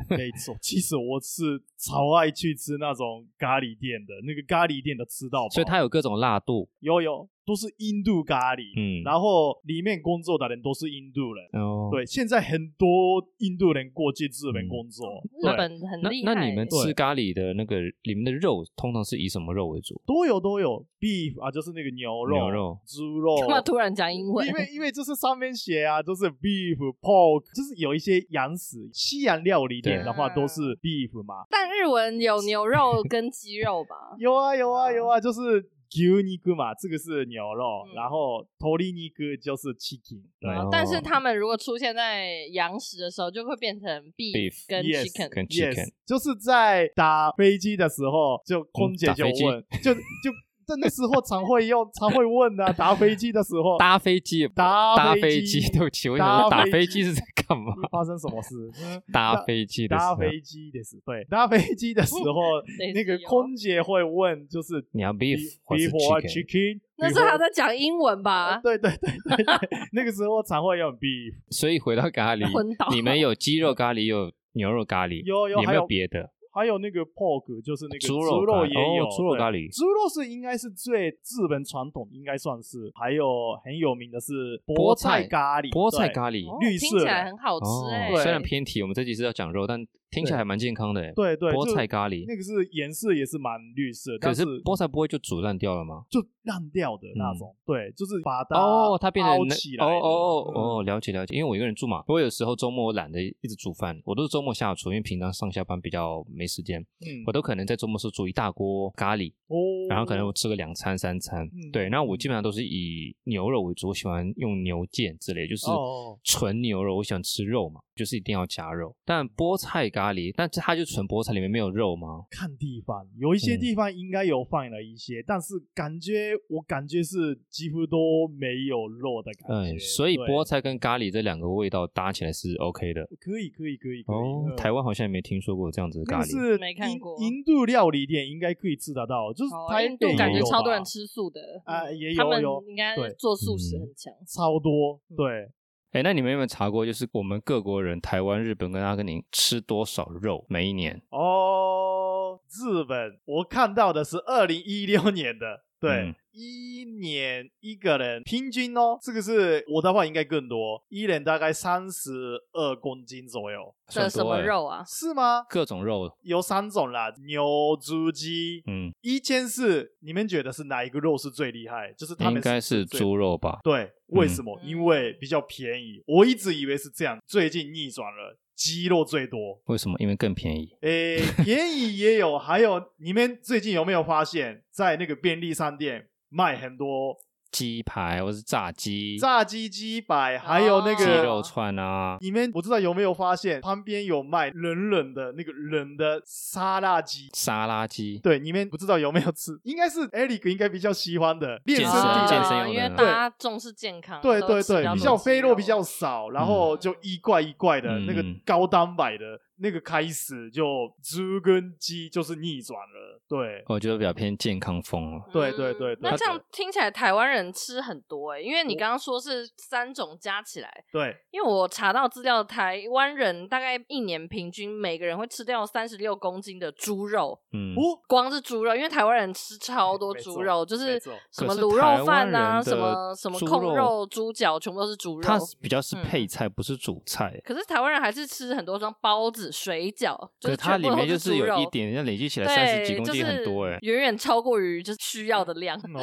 Speaker 1: 没错，其实我是超爱去吃那种咖喱店的，那个咖喱店的吃到饱，
Speaker 2: 所以它有各种辣度，
Speaker 1: 有有都是印度咖喱，
Speaker 2: 嗯，
Speaker 1: 然后里面工作的人都是印度人。
Speaker 2: 哦，
Speaker 1: 对，现在很多印度人过去日本
Speaker 2: 嗯
Speaker 1: 工作，
Speaker 4: 哦日本很
Speaker 2: 那
Speaker 4: 厉害。欸
Speaker 2: 那你们
Speaker 1: 欸对
Speaker 2: 吃咖喱的那个里面的肉，通常是以什么肉为主？
Speaker 1: 都有都有 beef 啊，就是那个牛肉、
Speaker 2: 牛肉
Speaker 1: 猪 肉，
Speaker 4: 干嘛突然讲英文
Speaker 1: 因？为因为就是上面写啊，就是 beef pork，就是有一些洋食，西洋料理店的话
Speaker 4: 对
Speaker 1: 都是 beef 嘛。？
Speaker 4: 但日文有牛肉跟鸡肉吧
Speaker 1: 有啊有啊有啊，就是牛肉嘛，这个是牛肉，
Speaker 4: 哦嗯
Speaker 1: 然后头里尼哥就是 chicken，对，
Speaker 2: 哦
Speaker 4: 然后但是他们如果出现在洋食的时候，就会变成 beef
Speaker 2: Beef
Speaker 4: 跟
Speaker 1: Yes，
Speaker 4: chicken。
Speaker 2: 跟
Speaker 1: Yes，
Speaker 2: chicken
Speaker 1: 就是在打飞机的时候，就空姐
Speaker 2: 嗯打
Speaker 1: 就
Speaker 2: 飞机
Speaker 1: 问，就就。但那时候常会用，常会问啊，打飞机的时候，
Speaker 2: 搭飞机，
Speaker 1: 搭
Speaker 2: 搭
Speaker 1: 飞
Speaker 2: 飞
Speaker 1: 机
Speaker 2: 机， 对不起，我想说
Speaker 1: 搭
Speaker 2: 打
Speaker 1: 飞
Speaker 2: 飞机是在干嘛？
Speaker 1: 发生什么事？嗯
Speaker 2: 搭飞机的时
Speaker 1: 搭
Speaker 2: 候，
Speaker 1: 飞机的时候，对，搭飞机的时 候
Speaker 4: 对，
Speaker 1: 那个
Speaker 4: 是有
Speaker 1: 空姐会问，就是
Speaker 2: 你要 beef 或
Speaker 1: beef
Speaker 2: 是
Speaker 1: or
Speaker 2: chicken？
Speaker 1: chicken，
Speaker 4: 那是
Speaker 1: beef or-
Speaker 4: 他在讲英文吧？
Speaker 1: 对对对对对， 那个时候常会用 beef，
Speaker 2: 所以回到咖
Speaker 4: 昏倒
Speaker 2: 喱，你们有鸡肉咖喱，有牛肉咖喱，
Speaker 1: 嗯有有
Speaker 2: 有
Speaker 1: 还
Speaker 2: 没
Speaker 1: 有
Speaker 2: 别的？
Speaker 1: 还有那个 pork，就是那个
Speaker 2: 猪
Speaker 1: 肉
Speaker 2: 肉咖喱
Speaker 1: 也有
Speaker 2: 哦猪肉
Speaker 1: 对
Speaker 2: 咖喱
Speaker 1: 猪肉是应该是最日本传统，应该算是，还有很有名的是菠
Speaker 2: 菠
Speaker 1: 菜
Speaker 2: 菜
Speaker 1: 咖喱，
Speaker 2: 菠菜
Speaker 1: 对
Speaker 2: 咖喱哦
Speaker 4: 哦
Speaker 1: 绿
Speaker 4: 听
Speaker 1: 色
Speaker 4: 起来
Speaker 1: 的
Speaker 4: 很好吃哎、
Speaker 1: 欸对
Speaker 2: 虽然偏题，我们这集是要讲肉，但听起来还蛮健康的欸。
Speaker 1: 对对，
Speaker 2: 菠
Speaker 1: 就
Speaker 2: 菜咖喱，
Speaker 1: 那个是颜色也是蛮绿色，
Speaker 2: 可
Speaker 1: 但
Speaker 2: 是
Speaker 1: 是
Speaker 2: 菠菜不会就煮烂掉了吗？
Speaker 1: 就烂掉的那
Speaker 2: 嗯
Speaker 1: 种，对，就是把它
Speaker 2: 哦，它变成
Speaker 1: 凹
Speaker 2: 那
Speaker 1: 起来
Speaker 2: 哦
Speaker 1: 的，嗯
Speaker 2: 哦哦哦，了解了解。因为我一个人住嘛，我有时候周末我懒得一直煮饭，我都是周末下厨，因为平常上下班比较没时间，
Speaker 1: 嗯
Speaker 2: 我都可能在周末时候煮一大锅咖喱，
Speaker 1: 哦，
Speaker 2: 然后可能我吃个两餐三餐
Speaker 1: 嗯。
Speaker 2: 对，那我基本上都是以牛肉为主，我喜欢用牛腱之类，就是
Speaker 1: 哦
Speaker 2: 纯牛肉，我喜欢吃肉嘛，就是一定要加肉。但菠菜咖喱，但它就纯菠菜，里面没有肉吗？
Speaker 1: 看地方，有一些
Speaker 2: 嗯
Speaker 1: 地方应该有放了一些，但是感觉我感觉是几乎都没有肉的感觉，
Speaker 2: 嗯，所以
Speaker 1: 对
Speaker 2: 菠菜跟咖喱这两个味道搭起来是 OK 的。
Speaker 1: 可以可以可以可以，
Speaker 2: 哦，
Speaker 1: 嗯
Speaker 2: 台湾好像也没听说过这样子的
Speaker 1: 那
Speaker 2: 咖
Speaker 1: 个
Speaker 2: 喱。
Speaker 1: 是
Speaker 4: 没看
Speaker 1: 印
Speaker 4: 过
Speaker 1: 印度料理店应该可以吃得到，就是
Speaker 4: 哦，
Speaker 1: 台
Speaker 4: 印
Speaker 1: 北
Speaker 4: 度感
Speaker 1: 也
Speaker 4: 觉
Speaker 1: 有
Speaker 4: 超多
Speaker 1: 吧
Speaker 4: 人吃素的
Speaker 1: 啊也
Speaker 4: 他
Speaker 1: 有
Speaker 4: 们
Speaker 1: 有
Speaker 4: 应该
Speaker 1: 对
Speaker 4: 做素食
Speaker 2: 嗯
Speaker 4: 很强。
Speaker 1: 超多，
Speaker 4: 嗯
Speaker 1: 对，
Speaker 2: 哎，那你们有没有查过，就是我们各国人，台湾、日本跟阿根廷吃多少肉每一年？
Speaker 1: 哦，日本，我看到的是二零一六年的，对
Speaker 2: 嗯，
Speaker 1: 一、年一个人平均哦，这个是我的话应该更多，一人大概三十二公斤左右，
Speaker 4: 这
Speaker 2: 算
Speaker 4: 什
Speaker 2: 多欸
Speaker 4: 么
Speaker 2: 了？
Speaker 4: 肉啊？
Speaker 1: 是吗？
Speaker 2: 各种肉。
Speaker 1: 有三种啦，牛、猪、鸡。
Speaker 2: 嗯，
Speaker 1: 一千四，你们觉得是哪一个肉是最厉害？就是他们
Speaker 2: 应该是
Speaker 1: 最
Speaker 2: 猪肉吧？
Speaker 1: 对，为什么？
Speaker 4: 嗯
Speaker 1: 因为比较便宜。我一直以为是这样，最近逆转了，鸡肉最多。
Speaker 2: 为什么？因为更便宜。
Speaker 1: 诶，便宜也有，还有你们最近有没有发现，在那个便利商店卖很多
Speaker 2: 鸡排或是炸鸡、
Speaker 1: 炸鸡鸡排，还有那
Speaker 2: 鸡
Speaker 4: 哦
Speaker 1: 个、
Speaker 2: 肉串啊，
Speaker 1: 你们不知道有没有发现，旁边有卖冷冷的那个冷的沙拉鸡。
Speaker 2: 沙拉鸡。
Speaker 1: 对，你们不知道有没有吃？应该是 Eric 应该比较喜欢的练身
Speaker 2: 健
Speaker 1: 体
Speaker 2: 身
Speaker 1: 的，
Speaker 2: 健身用的
Speaker 4: 啊因为
Speaker 2: 对
Speaker 4: 大家重视健康，
Speaker 1: 对
Speaker 4: 都
Speaker 1: 对
Speaker 4: 吃
Speaker 1: 对，
Speaker 4: 多
Speaker 1: 比较
Speaker 4: 鸡
Speaker 1: 肥肉比较少，然后就一块一块的、
Speaker 2: 嗯
Speaker 1: 那个高蛋白的那个开始就猪跟鸡就是逆转了，对
Speaker 2: 我觉得比较偏健康风了。
Speaker 1: 对对对对
Speaker 4: 嗯那这样听起来台湾人吃很多哎、因为你刚刚说是三种加起来，
Speaker 1: 对，
Speaker 4: 因为我查到资料，台湾人大概一年平均每个人会吃掉三十六公斤的猪肉，
Speaker 2: 嗯，
Speaker 1: 哦，
Speaker 4: 光是猪肉，因为台湾人吃超多
Speaker 1: 没错
Speaker 4: 猪肉，就是
Speaker 1: 没错
Speaker 4: 什
Speaker 2: 可
Speaker 4: 么
Speaker 2: 是
Speaker 4: 卤
Speaker 2: 台湾
Speaker 4: 肉饭啊，
Speaker 2: 人
Speaker 4: 什
Speaker 2: 的
Speaker 4: 么什么
Speaker 2: 猪
Speaker 4: 控
Speaker 2: 肉
Speaker 4: 肉、猪脚，全部都是猪肉
Speaker 2: 它。是比较是
Speaker 4: 嗯
Speaker 2: 配菜，不是主菜。
Speaker 4: 可是台湾人还是吃很多像包子、水饺，就
Speaker 2: 可
Speaker 4: 是
Speaker 2: 它
Speaker 4: 全部
Speaker 2: 里
Speaker 4: 都
Speaker 2: 面就是是
Speaker 4: 猪
Speaker 2: 有
Speaker 4: 肉
Speaker 2: 一点，要累积起来三十
Speaker 4: 对，
Speaker 2: 几公斤，很多哎、
Speaker 4: 就是远远超过于就是需要的量。
Speaker 1: 哦，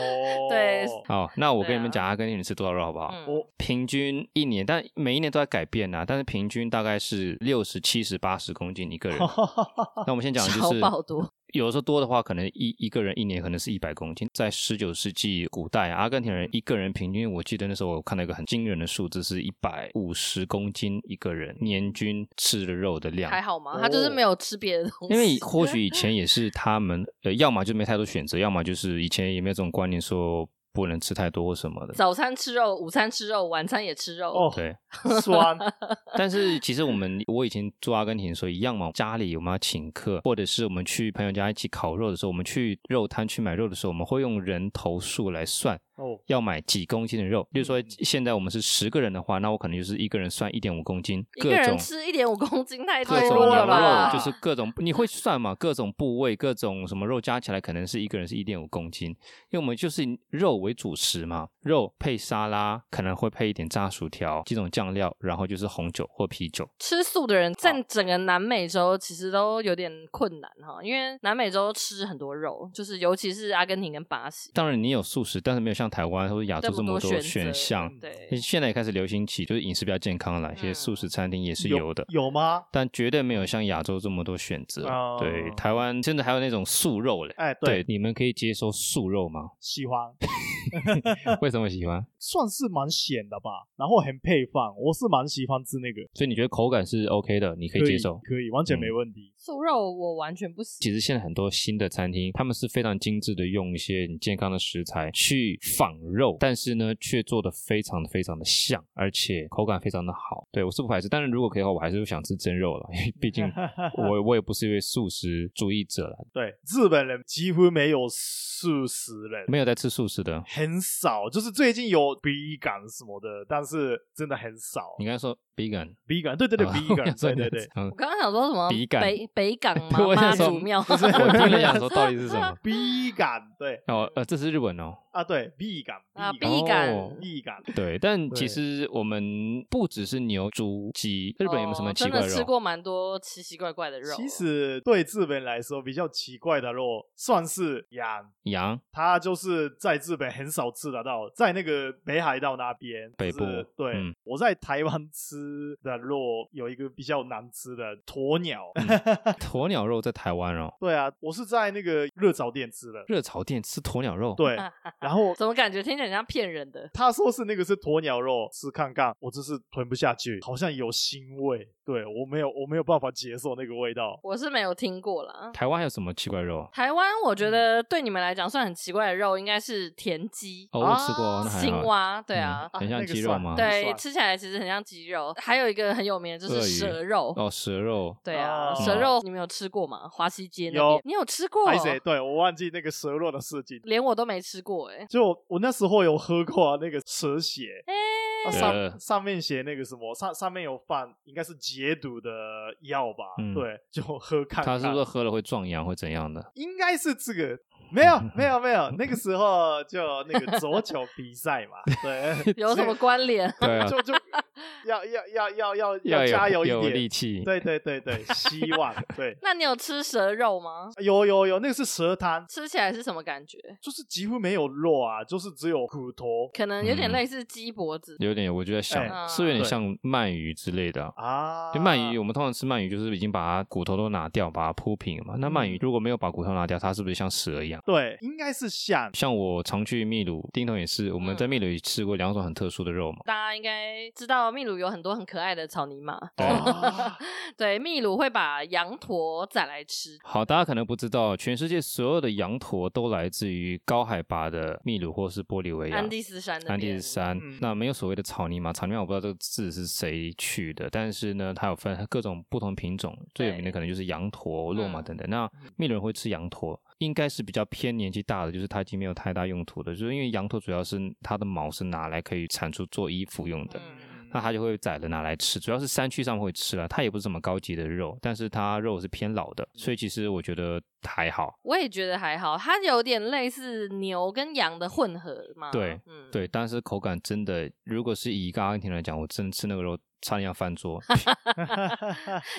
Speaker 4: 对
Speaker 2: 好，那我跟
Speaker 4: 对
Speaker 2: 你们
Speaker 4: 啊
Speaker 2: 讲，阿根廷人吃多少肉好不好？
Speaker 4: 嗯
Speaker 1: 我
Speaker 2: 平均一年，但每一年都在改变啊。但是平均大概是六十七十八十公斤一 个人。
Speaker 1: 哦
Speaker 2: 那我们先讲就
Speaker 4: 超
Speaker 2: 是
Speaker 4: 爆多
Speaker 2: 有的时候多的话，可能一一个人一年可能是一百公斤。在十九世纪古代、啊，阿根廷人一个人平均，我记得那时候我看到一个很惊人的数字，是一百五十公斤一个人年均吃的肉的量。哦
Speaker 4: 还好吗？他就是没有吃别的东西，
Speaker 2: 因为或 许以前也是他们，呃，要么就没太多选择，要么就是以前也没有这种观念说不能吃太多或什么的。
Speaker 4: 早餐吃肉，午餐吃肉，晚餐也吃肉。
Speaker 1: 哦，
Speaker 2: 对，
Speaker 1: 酸，
Speaker 2: 但是其实我们我以前住阿根廷的时候一样嘛，家里我们要请客，或者是我们去朋友家一起烤肉的时候，我们去肉摊去买肉的时候，我们会用人头数来
Speaker 4: 嗯
Speaker 2: 算
Speaker 1: 哦，
Speaker 2: 要买几公斤的肉。比如说
Speaker 1: 嗯
Speaker 2: 现在我们是十个人的话，那我可能就是一个人算一点五公斤，
Speaker 4: 一
Speaker 2: 各
Speaker 4: 个人
Speaker 2: 种。
Speaker 4: 吃一点五公斤太多
Speaker 2: 各种
Speaker 4: 了
Speaker 2: 牛
Speaker 4: 吧？
Speaker 2: 肉，就是各种你会算嘛？各种部位、各种什么肉加起来，可能是一个人是一点五公斤，因为我们就是以肉为主食嘛，肉配沙拉，可能会配一点炸薯条、几种酱料，然后就是红酒或啤酒。
Speaker 4: 吃素的人在整个南美洲其实都有点困难哈，因为南美洲吃很多肉，就是尤其是阿根廷跟巴西
Speaker 2: 当然你有素食，但是没有像台湾或者亚洲
Speaker 4: 这
Speaker 2: 啊这么
Speaker 4: 多
Speaker 2: 多
Speaker 4: 选择
Speaker 2: 选项。
Speaker 4: 对，
Speaker 2: 现在也开始流行起，就是饮食比较健康了，一些
Speaker 4: 嗯
Speaker 2: 素食餐厅也是有的。
Speaker 1: 有吗？
Speaker 2: 但绝对没有像亚洲这么多选择。
Speaker 1: 哦
Speaker 2: 对，台湾甚至还有那种素肉嘞。
Speaker 1: 哎，
Speaker 2: 对
Speaker 1: 对，，
Speaker 2: 你们可以接受素肉吗？
Speaker 1: 喜欢，
Speaker 2: 为什么喜欢？
Speaker 1: 算是蛮咸的吧，然后很配饭，我是蛮喜欢吃那个，
Speaker 2: 所以你觉得口感是 OK 的，你可以接受。嗯
Speaker 1: 可以，完全没问题。
Speaker 4: 素肉我完全不行。
Speaker 2: 其实现在很多新的餐厅，他们是非常精致的，用一些很健康的食材去仿肉，但是呢，却做的非常的非常的像，而且口感非常的好。对我是不排斥，但是如果可以的话，我还是想吃真肉了，因为毕竟我我也不是一位素食主义者啦，
Speaker 1: 对，日本人几乎没有素食人，
Speaker 2: 没有在吃素食的。
Speaker 1: 很少，就是最近有 B 感什么的，但是真的很少
Speaker 2: 你。刚才说 vegan，
Speaker 1: B 感，对对对
Speaker 2: 啊
Speaker 1: ，B
Speaker 2: 我想
Speaker 1: 感，
Speaker 2: 说
Speaker 1: 对对
Speaker 2: 你要
Speaker 1: 对
Speaker 2: 嗯
Speaker 4: 我刚刚想说什么
Speaker 2: 笔杆
Speaker 4: 北北港
Speaker 2: 对
Speaker 4: 妈
Speaker 2: 我
Speaker 4: 妈
Speaker 2: 想说
Speaker 4: 祖庙，
Speaker 1: 不是
Speaker 2: 我听了想说到底是什 么？
Speaker 1: ，B 感，对
Speaker 2: 哦，呃，这是日文哦。
Speaker 1: 啊，对，B 感
Speaker 4: 啊
Speaker 1: ，B
Speaker 4: ，B 感
Speaker 2: 哦
Speaker 1: B 感，
Speaker 2: 对，但
Speaker 1: 对
Speaker 2: 其实我们不只是牛、猪、鸡，日本有没有什么
Speaker 4: 哦
Speaker 2: 奇
Speaker 4: 真
Speaker 2: 怪
Speaker 4: 的
Speaker 2: 的
Speaker 4: 吃
Speaker 2: 肉？
Speaker 4: 过蛮多奇奇怪怪的 肉。哦
Speaker 1: 其实对日本来说比较奇怪的肉，算是羊，
Speaker 2: 羊、
Speaker 1: 它就是在日本很少吃得到，在那个北海道那边
Speaker 2: 北
Speaker 1: 就是
Speaker 2: 部
Speaker 1: 对、
Speaker 2: 嗯
Speaker 1: 我在台湾吃的肉有一个比较难吃的鸵鸟，
Speaker 2: 嗯鸵鸟肉在台湾哦，
Speaker 1: 对啊，我是在那个热炒店吃的，
Speaker 2: 热炒店吃鸵鸟肉，
Speaker 1: 对，然后
Speaker 4: 怎么感觉听起来很像骗人的？
Speaker 1: 他说是那个是鸵鸟肉，吃看看，我就是吞不下去，好像有腥味，对我没有我没有办法接受那个味道，
Speaker 4: 我是没有听过啦。
Speaker 2: 台湾还有什么奇怪肉？
Speaker 4: 台湾我
Speaker 2: 嗯
Speaker 4: 觉得对你们来讲算很奇怪的肉，应该是田鸡、
Speaker 2: 哦，我吃过，那还
Speaker 4: 青
Speaker 2: 好。
Speaker 4: 蛙，对啊，
Speaker 2: 嗯很
Speaker 1: 那
Speaker 2: 像
Speaker 1: 个
Speaker 2: 鸡肉
Speaker 1: 算
Speaker 2: 吗？
Speaker 1: 很
Speaker 4: 对，
Speaker 1: 爽
Speaker 4: 吃起来其实很像鸡肉。还有一个很有名的就
Speaker 2: 鳄
Speaker 4: 是
Speaker 2: 鱼
Speaker 4: 蛇肉，
Speaker 2: 哦，蛇肉。
Speaker 4: 对啊，
Speaker 1: 哦
Speaker 4: 蛇肉你们有吃过吗？华西街那边
Speaker 1: 有
Speaker 4: 你有吃过？
Speaker 1: 还谁？对我忘记那个蛇肉的事情，
Speaker 4: 连我都没吃过哎、欸。
Speaker 1: 就我我那时候有喝过、啊那个蛇血，
Speaker 4: 哎
Speaker 1: 它
Speaker 2: 呃
Speaker 1: 上上面写那个什么，上上面有放应该是解毒的药吧？
Speaker 2: 嗯
Speaker 1: 对，就喝看
Speaker 2: 他
Speaker 1: 看。
Speaker 2: 是不是喝了会壮阳，会怎样的？
Speaker 1: 应该是这个？没有没有没有，那个时候就那个桌球比赛嘛， 对，
Speaker 4: 有什么关联？
Speaker 2: 对啊，
Speaker 1: 就就要要要要要
Speaker 2: 要
Speaker 1: 加油
Speaker 2: 有
Speaker 1: 一
Speaker 2: 有
Speaker 1: 点
Speaker 2: 力，气。
Speaker 1: 对对对对，希望对，
Speaker 4: 那你有吃蛇肉吗？
Speaker 1: 有有有，那个是蛇汤，
Speaker 4: 吃起来是什么感觉？
Speaker 1: 就是几乎没有肉啊，就是只有骨头
Speaker 4: 可能有点
Speaker 2: 嗯
Speaker 4: 类似鸡脖子，
Speaker 2: 有点，我觉得像
Speaker 1: 哎
Speaker 2: 是不是有点
Speaker 1: 对
Speaker 2: 像鳗鱼之类的啊。
Speaker 1: 啊。
Speaker 2: 就鳗鱼，我们通常吃鳗鱼就是已经把它骨头都拿掉，把它铺平了嘛。那鳗鱼如果没有把骨头拿掉，它是不是像蛇一样？
Speaker 1: 对，应该是像
Speaker 2: 像我常去秘鲁，丁彤也是，我们在
Speaker 4: 嗯
Speaker 2: 秘鲁也吃过两种很特殊的肉嘛。
Speaker 4: 大家应该知道秘鲁有很多很可爱的草泥马。
Speaker 2: 对
Speaker 1: 啊
Speaker 4: 对，秘鲁会把羊驼宰来吃。
Speaker 2: 好，大家可能不知道，全世界所有的羊驼都来自于高海拔的秘鲁或是玻利维亚。
Speaker 4: 安第斯山那边，
Speaker 2: 安第斯山
Speaker 1: 嗯，
Speaker 2: 那没有所谓的草泥马，草泥马我不知道这个字是谁取的，但是呢，它有分各种不同品种，最有名的可能就是羊驼、
Speaker 4: 对嗯
Speaker 2: 骆马等等。那秘鲁人会吃羊驼，应该是比较偏年纪大的，就是它已经没有太大用途的，就是因为羊驼主要是它的毛是拿来可以产出做衣服用的。
Speaker 4: 嗯
Speaker 2: 那它就会宰了拿来吃，主要是山区上会吃了，它也不是什么高级的肉，但是它肉是偏老的，所以其实我觉得还好。
Speaker 4: 我也觉得还好，它有点类似牛跟羊的混合嘛。
Speaker 2: 对，
Speaker 4: 嗯，
Speaker 2: 对，但是口感真的，如果是以阿根廷来讲，我真的吃那个肉差点要翻 桌。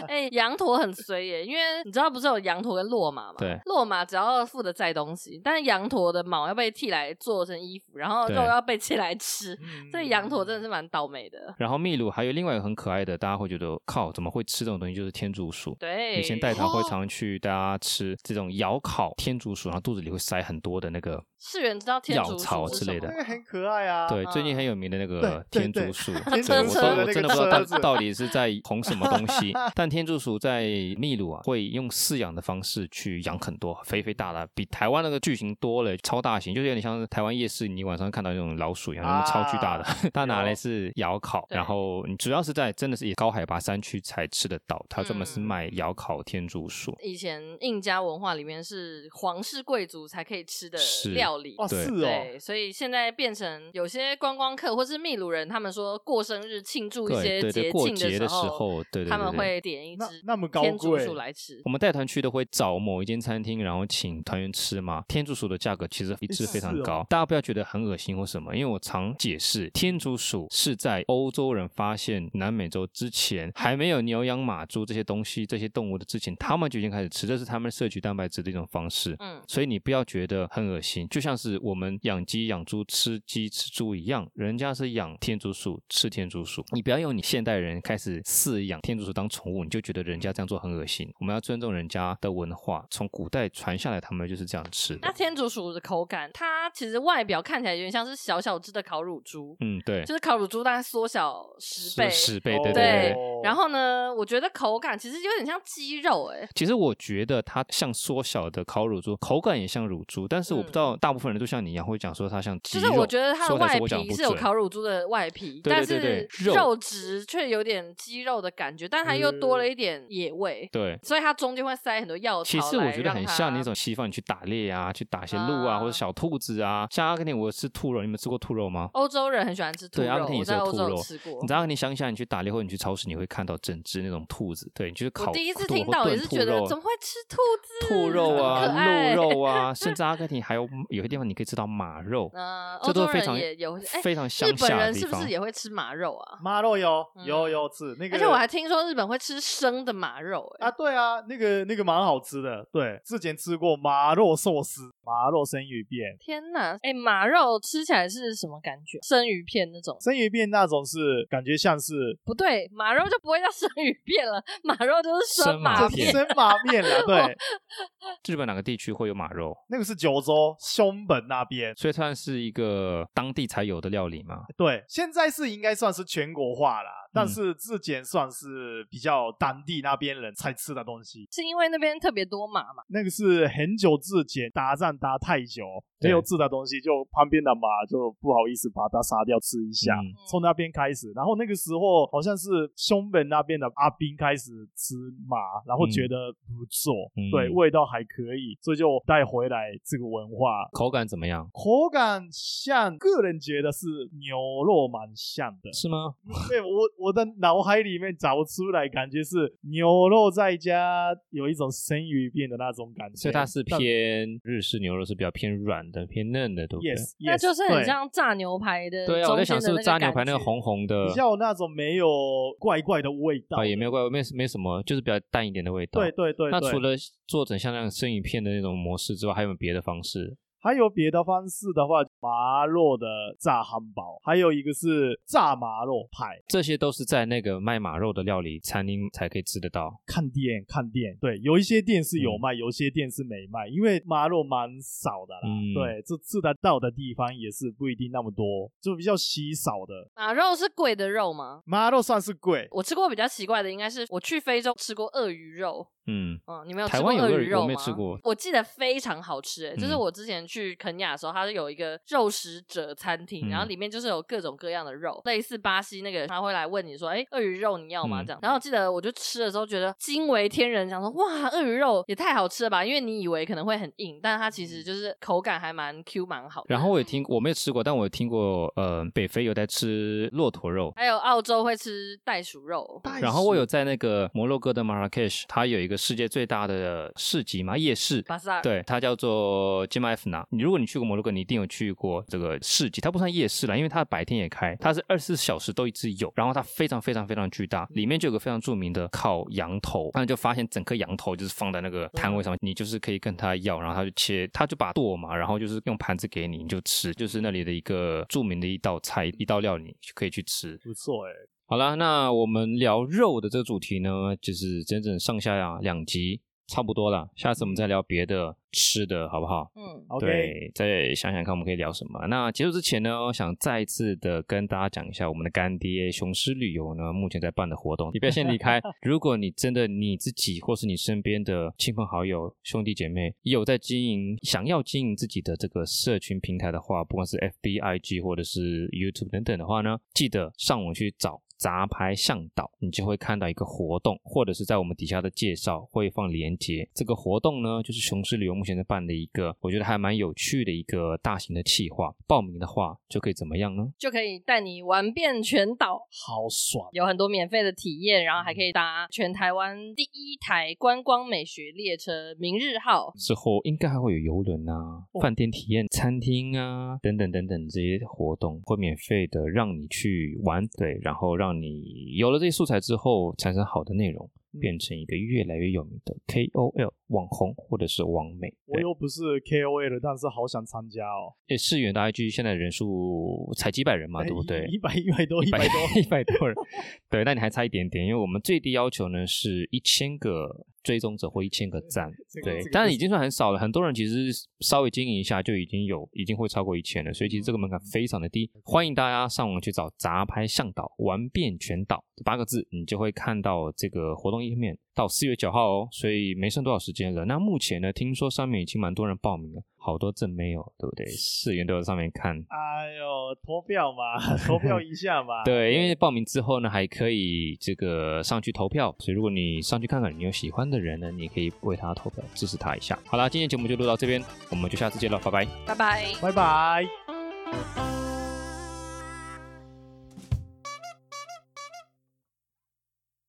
Speaker 4: 哎、羊驼很衰耶、因为你知道不是有羊驼跟骆马嘛？
Speaker 2: 对
Speaker 4: 骆马只要负责载东西，但是羊驼的毛要被剃来做成衣服，然后肉
Speaker 2: 对嗯
Speaker 4: 要被切来吃，所以羊驼真的是蛮倒霉的。
Speaker 2: 然后秘鲁还有另外一个很可爱的，大家会觉得靠，怎么会吃这种东西？就是天竺鼠。
Speaker 4: 对，
Speaker 2: 以前带团会
Speaker 4: 哦
Speaker 2: 常去大家吃这种窑烤天竺鼠，然后肚子里会塞很多的那个
Speaker 4: 世人知道天竺
Speaker 2: 药草
Speaker 4: 鼠是
Speaker 2: 之
Speaker 4: 什
Speaker 2: 类
Speaker 4: 么
Speaker 2: 的
Speaker 1: 那。个很可爱啊。
Speaker 2: 对，
Speaker 4: 嗯
Speaker 2: 最近很有名的那个
Speaker 1: 对
Speaker 2: 天
Speaker 1: 对
Speaker 2: 竺鼠，
Speaker 1: 天
Speaker 2: 对
Speaker 1: 竺
Speaker 2: 我
Speaker 4: 鼠
Speaker 2: 都
Speaker 4: 的
Speaker 2: 我
Speaker 1: 那个
Speaker 2: 真的不知道
Speaker 1: 车
Speaker 2: 到
Speaker 1: 子
Speaker 2: 到底是在红什么东西。但天竺鼠在秘鲁啊，会用饲养的方式去养很多，肥肥大大，比台湾那个巨型多了，超大型，就是有点像是台湾夜市你晚上看到那种老鼠一样，那种超巨大的。 它拿来是窑烤，
Speaker 4: 对
Speaker 2: 然后你主要是在真的是以高海拔山区才吃得到，它专门是
Speaker 4: 嗯
Speaker 2: 卖窑烤天竺鼠。
Speaker 4: 以前印加文化里面是皇室贵族才可以吃的
Speaker 2: 是
Speaker 4: 料理。
Speaker 1: 哦，
Speaker 2: 对
Speaker 1: 是哦，
Speaker 4: 对，所以现在变成有些观光客或是秘鲁人，他们说过生日庆祝一些
Speaker 2: 对对对，过
Speaker 4: 庆
Speaker 2: 节
Speaker 4: 时
Speaker 2: 的时候，对对对
Speaker 4: 他们
Speaker 2: 对
Speaker 4: 会点一
Speaker 1: 那
Speaker 4: 只
Speaker 1: 那么高
Speaker 4: 天竺
Speaker 1: 贵
Speaker 4: 鼠来吃
Speaker 2: 我。们带团去都会找某一间餐厅，然后请团员吃嘛。天竺鼠的价格其实一致非常
Speaker 1: 是哦
Speaker 2: 高，大家不要觉得很恶心或什么，因为我常解释，天竺鼠是在欧洲人发现南美洲之前，还没有牛羊马猪这些东西这些动物的之前，他们就已经开始吃，这是他们摄取蛋白质的一种方式。
Speaker 4: 嗯，
Speaker 2: 所以你不要觉得很恶心，就像是我们养鸡、养猪、吃鸡、吃猪一样，人家是养天竺鼠、吃天竺鼠。你不要用你现代人开始饲养天竺鼠当宠物，你就觉得人家这样做很恶心。我们要尊重人家的文化，从古代传下来，他们就是这样吃
Speaker 4: 那
Speaker 2: 的。
Speaker 4: 天竺鼠的口感，它其实外表看起来有点像是小小只的烤乳猪，
Speaker 2: 嗯，对，
Speaker 4: 就是烤乳猪大概缩小十倍。
Speaker 2: 十倍，对对对。
Speaker 4: 对然后呢，我觉得口感其实有点像鸡肉、哎，
Speaker 2: 其实我觉得它像缩小的烤乳猪，口感也像乳猪，但是我不知道大部分人都像你一样会讲说它像鸡
Speaker 4: 嗯就
Speaker 2: 肉。
Speaker 4: 是我觉得它的
Speaker 2: 说
Speaker 4: 外
Speaker 2: 来说我讲
Speaker 4: 皮
Speaker 2: 不
Speaker 4: 是有
Speaker 2: 准
Speaker 4: 烤乳猪的外皮，
Speaker 2: 对对对对
Speaker 4: 但是
Speaker 2: 肉
Speaker 4: 肉质却有点鸡肉的感觉，但它又多了一点野味，
Speaker 2: 对，
Speaker 4: 所以它中间会塞很多药草。
Speaker 2: 嗯其实我觉得很像那。种西方，你去打猎啊，去打一些鹿啊，
Speaker 4: 啊
Speaker 2: 或者小兔子啊。像阿根廷，我吃兔肉，你们吃过兔肉吗？
Speaker 4: 欧洲人很喜欢吃兔
Speaker 2: 对，阿
Speaker 4: 肉
Speaker 2: 根，廷也
Speaker 4: 我
Speaker 2: 是
Speaker 4: 在欧
Speaker 2: 兔
Speaker 4: 洲
Speaker 2: 肉
Speaker 4: 有吃过。
Speaker 2: 你在阿根廷乡下，你去打猎或者你去超市，你会看到整只那种兔子。对，你就是烤
Speaker 4: 我第一次
Speaker 2: 兔
Speaker 4: 听
Speaker 2: 或
Speaker 4: 到也
Speaker 2: 炖
Speaker 4: 是
Speaker 2: 兔
Speaker 4: 觉得
Speaker 2: 肉
Speaker 4: 怎么会吃兔子？
Speaker 2: 兔肉
Speaker 4: 很可
Speaker 2: 啊、
Speaker 4: 爱
Speaker 2: 鹿肉啊， 甚至阿根廷还有有些地方你可以吃到马肉，
Speaker 4: 嗯，
Speaker 2: 这
Speaker 4: 欧
Speaker 2: 都
Speaker 4: 洲
Speaker 2: 是非
Speaker 4: 人
Speaker 2: 常
Speaker 4: 也有，哎，
Speaker 2: 非常乡
Speaker 4: 日本
Speaker 2: 下的
Speaker 4: 人
Speaker 2: 地
Speaker 4: 是不
Speaker 2: 方
Speaker 4: 是。也会吃马肉啊？
Speaker 1: 哦马肉有
Speaker 4: 嗯
Speaker 1: 有有吃那个，
Speaker 4: 而且我还听说日本会吃生的马肉，哎
Speaker 1: 啊，，对啊，那个那个蛮好吃的，对，之前吃过马肉寿司、马肉生鱼片，
Speaker 4: 天哪！哎，马肉吃起来是什么感觉？生鱼片那种？
Speaker 1: 生鱼片那种是感觉像是
Speaker 4: 不对，马肉就不会叫生鱼片了，马肉就是
Speaker 2: 生马
Speaker 4: 马
Speaker 2: 片
Speaker 1: 生马面啦，对，
Speaker 2: 日本哪个地区会有马肉？
Speaker 1: 那个是九州熊本那边，
Speaker 2: 所以算是一个当地才有的料理嘛。
Speaker 1: 对，现在是应该算是全国化啦，
Speaker 2: 嗯
Speaker 1: 但是之前算是比较当地那边人才吃的东西。
Speaker 4: 是因为那边特别多马嘛？
Speaker 1: 那个是很久之前打仗打太久
Speaker 2: 对
Speaker 1: 没有吃的东西，就旁边的马就不好意思把它杀掉吃一下。
Speaker 2: 嗯
Speaker 1: 从那边开始，然后那个时候好像是熊本那边的阿兵开始吃马，然后觉得不错，
Speaker 2: 嗯
Speaker 1: 对味道还可以，所以就带回来这个文化。
Speaker 2: 口感怎么样？，
Speaker 1: 口感像，个人觉得是牛肉蛮像的
Speaker 2: 是吗？
Speaker 1: 对我我的脑海里面找出来，感觉是牛肉再加有一种生鱼片的那种感觉，
Speaker 2: 所以它是
Speaker 1: 但
Speaker 2: 偏日式牛肉是比较偏软的、偏嫩的，对不对？
Speaker 1: yes，
Speaker 4: 那就是很
Speaker 1: 对
Speaker 4: 像炸牛排的
Speaker 2: 对啊，我在想是不是炸
Speaker 4: 炸
Speaker 2: 牛排那个红红的啊
Speaker 1: 比，较有那种没有怪怪的味道，
Speaker 2: 呃啊也没有怪，没没什么，就是比较淡一点的味道。
Speaker 1: 对对对
Speaker 2: 那
Speaker 1: 对
Speaker 2: 除了做成像那样生鱼片的那种模式之外，还有没有别的方式？
Speaker 1: 还有别的方式的话，麻肉的炸汉堡，还有一个是炸麻肉派。
Speaker 2: 这些都是在那个卖马肉的料理餐厅才可以吃得到。
Speaker 1: 看店看店，对，有一些店是
Speaker 2: 嗯
Speaker 1: 有卖，有些店是没卖，因为麻肉蛮少的啦。
Speaker 2: 嗯
Speaker 1: 对，这吃得到的地方也是不一定那么多，就比较稀少的。
Speaker 4: 马肉是贵的肉吗？
Speaker 1: 麻肉算是贵，
Speaker 4: 哦我吃过比较奇怪的，应该是我去非洲吃过鳄鱼肉，
Speaker 2: 嗯，
Speaker 4: 嗯，你没有
Speaker 2: 台
Speaker 4: 吃过
Speaker 2: 湾有
Speaker 4: 鳄
Speaker 2: 鳄
Speaker 4: 鱼
Speaker 2: 鱼
Speaker 4: 肉
Speaker 2: 我没
Speaker 4: 吗
Speaker 2: 吃过
Speaker 4: 我记得非常好吃、欸，就是
Speaker 2: 嗯
Speaker 4: 我之前去肯亚的时候，它是有一个肉食者餐厅，然后
Speaker 2: 嗯
Speaker 4: 里面就是有各种各样的肉，类似巴西那个，他会来问你说，哎、鳄鱼肉你要吗？
Speaker 2: 嗯
Speaker 4: 这样。然后我记得我就吃的时候觉得惊为天人，想说哇，鳄鱼肉也太好吃了吧，因为你以为可能会很硬，但它其实就是口感还蛮 Q 蛮好的。
Speaker 2: 嗯然后我也听，我没有吃过，但我有听过，呃，北非有在吃骆驼肉，
Speaker 4: 还有澳洲会吃袋鼠肉，
Speaker 2: 然后我有在那个摩洛哥的马拉喀什，它有一个世界最大的市集嘛，夜市。
Speaker 4: 巴塞尔，
Speaker 2: 对，它叫做 j i m a f n a 你如果你去过摩洛哥，你一定有去过这个市集。它不算夜市啦，因为它白天也开，它是二十四小时都一直有。然后它非常非常非常巨大，里面就有个非常著名的烤羊头，他们就发现整颗羊头就是放在那个摊位上面，你就是可以跟他要，然后他就切，他就把剁嘛，然后就是用盘子给你，你就吃，就是那里的一个著名的一道菜，一道料理，你可以去吃。
Speaker 1: 不错哎、
Speaker 2: 好啦，那我们聊肉的这个主题呢，就是整整上下呀两集，差不多了。下次我们再聊别的吃的，好不好？
Speaker 4: 嗯，
Speaker 1: o k
Speaker 2: 对，再想想看我们可以聊什么。那结束之前呢，我想再一次的跟大家讲一下我们的干爹雄狮旅游呢，目前在办的活动。你不要先离开，如果你真的你自己或是你身边的亲朋好友、兄弟姐妹有在经营、想要经营自己的这个社群平台的话，不管是 FB、IG 或者是 YouTube 等等的话呢，记得上网去找。杂牌向导，你就会看到一个活动，或者是在我们底下的介绍会放连接。这个活动呢，就是雄狮旅游目前在办的一个，我觉得还蛮有趣的一个大型的企划。报名的话就可以怎么样呢？
Speaker 4: 就可以带你玩遍全岛。
Speaker 1: 好爽，
Speaker 4: 有很多免费的体验，然后还可以搭全台湾第一台观光美学列车“明日号
Speaker 2: 之后应该还会有游轮啊、饭店体验、餐厅啊等等等等这些活动，会免费的让你去玩，对，然后让你有了这些素材之后，产生好的内容，变成一个越来越有名的 KOL 网红或者是网美。
Speaker 1: 我又不是 KOL，但是好想参加哦，
Speaker 2: 诶，世远的 IG 现在人数才几百人啊嘛，对不对？
Speaker 1: 哎一 百一百多，一
Speaker 2: 一
Speaker 1: 百多，
Speaker 2: 一百多人，对，那你还差一点点，因为我们最低要求呢是一千个追踪者或一千个赞，
Speaker 1: 这个
Speaker 2: 对
Speaker 1: 这个，
Speaker 2: 但
Speaker 1: 不
Speaker 2: 已经算很少了。很多人其实稍微经营一下就已经有，已经会超过一千了，所以其实这个门
Speaker 1: 嗯
Speaker 2: 槛非常的低。欢迎大家上网去找“杂拍向导”，玩遍全岛这八个字，你就会看到这个活动页面。到四月九号哦，所以没剩多少时间了。那目前呢，听说上面已经蛮多人报名了，好多证没有，对不对？四元都有上面看，
Speaker 1: 哎呦，投票嘛，投票一下嘛，
Speaker 2: 对，因为报名之后呢，还可以这个上去投票，所以如果你上去看看，你有喜欢的人呢，你可以为他投票，支持他一下。好啦，今天节目就录到这边，我们就下次见了，拜拜。”。
Speaker 4: 拜拜。
Speaker 1: 拜拜。
Speaker 3: 嗯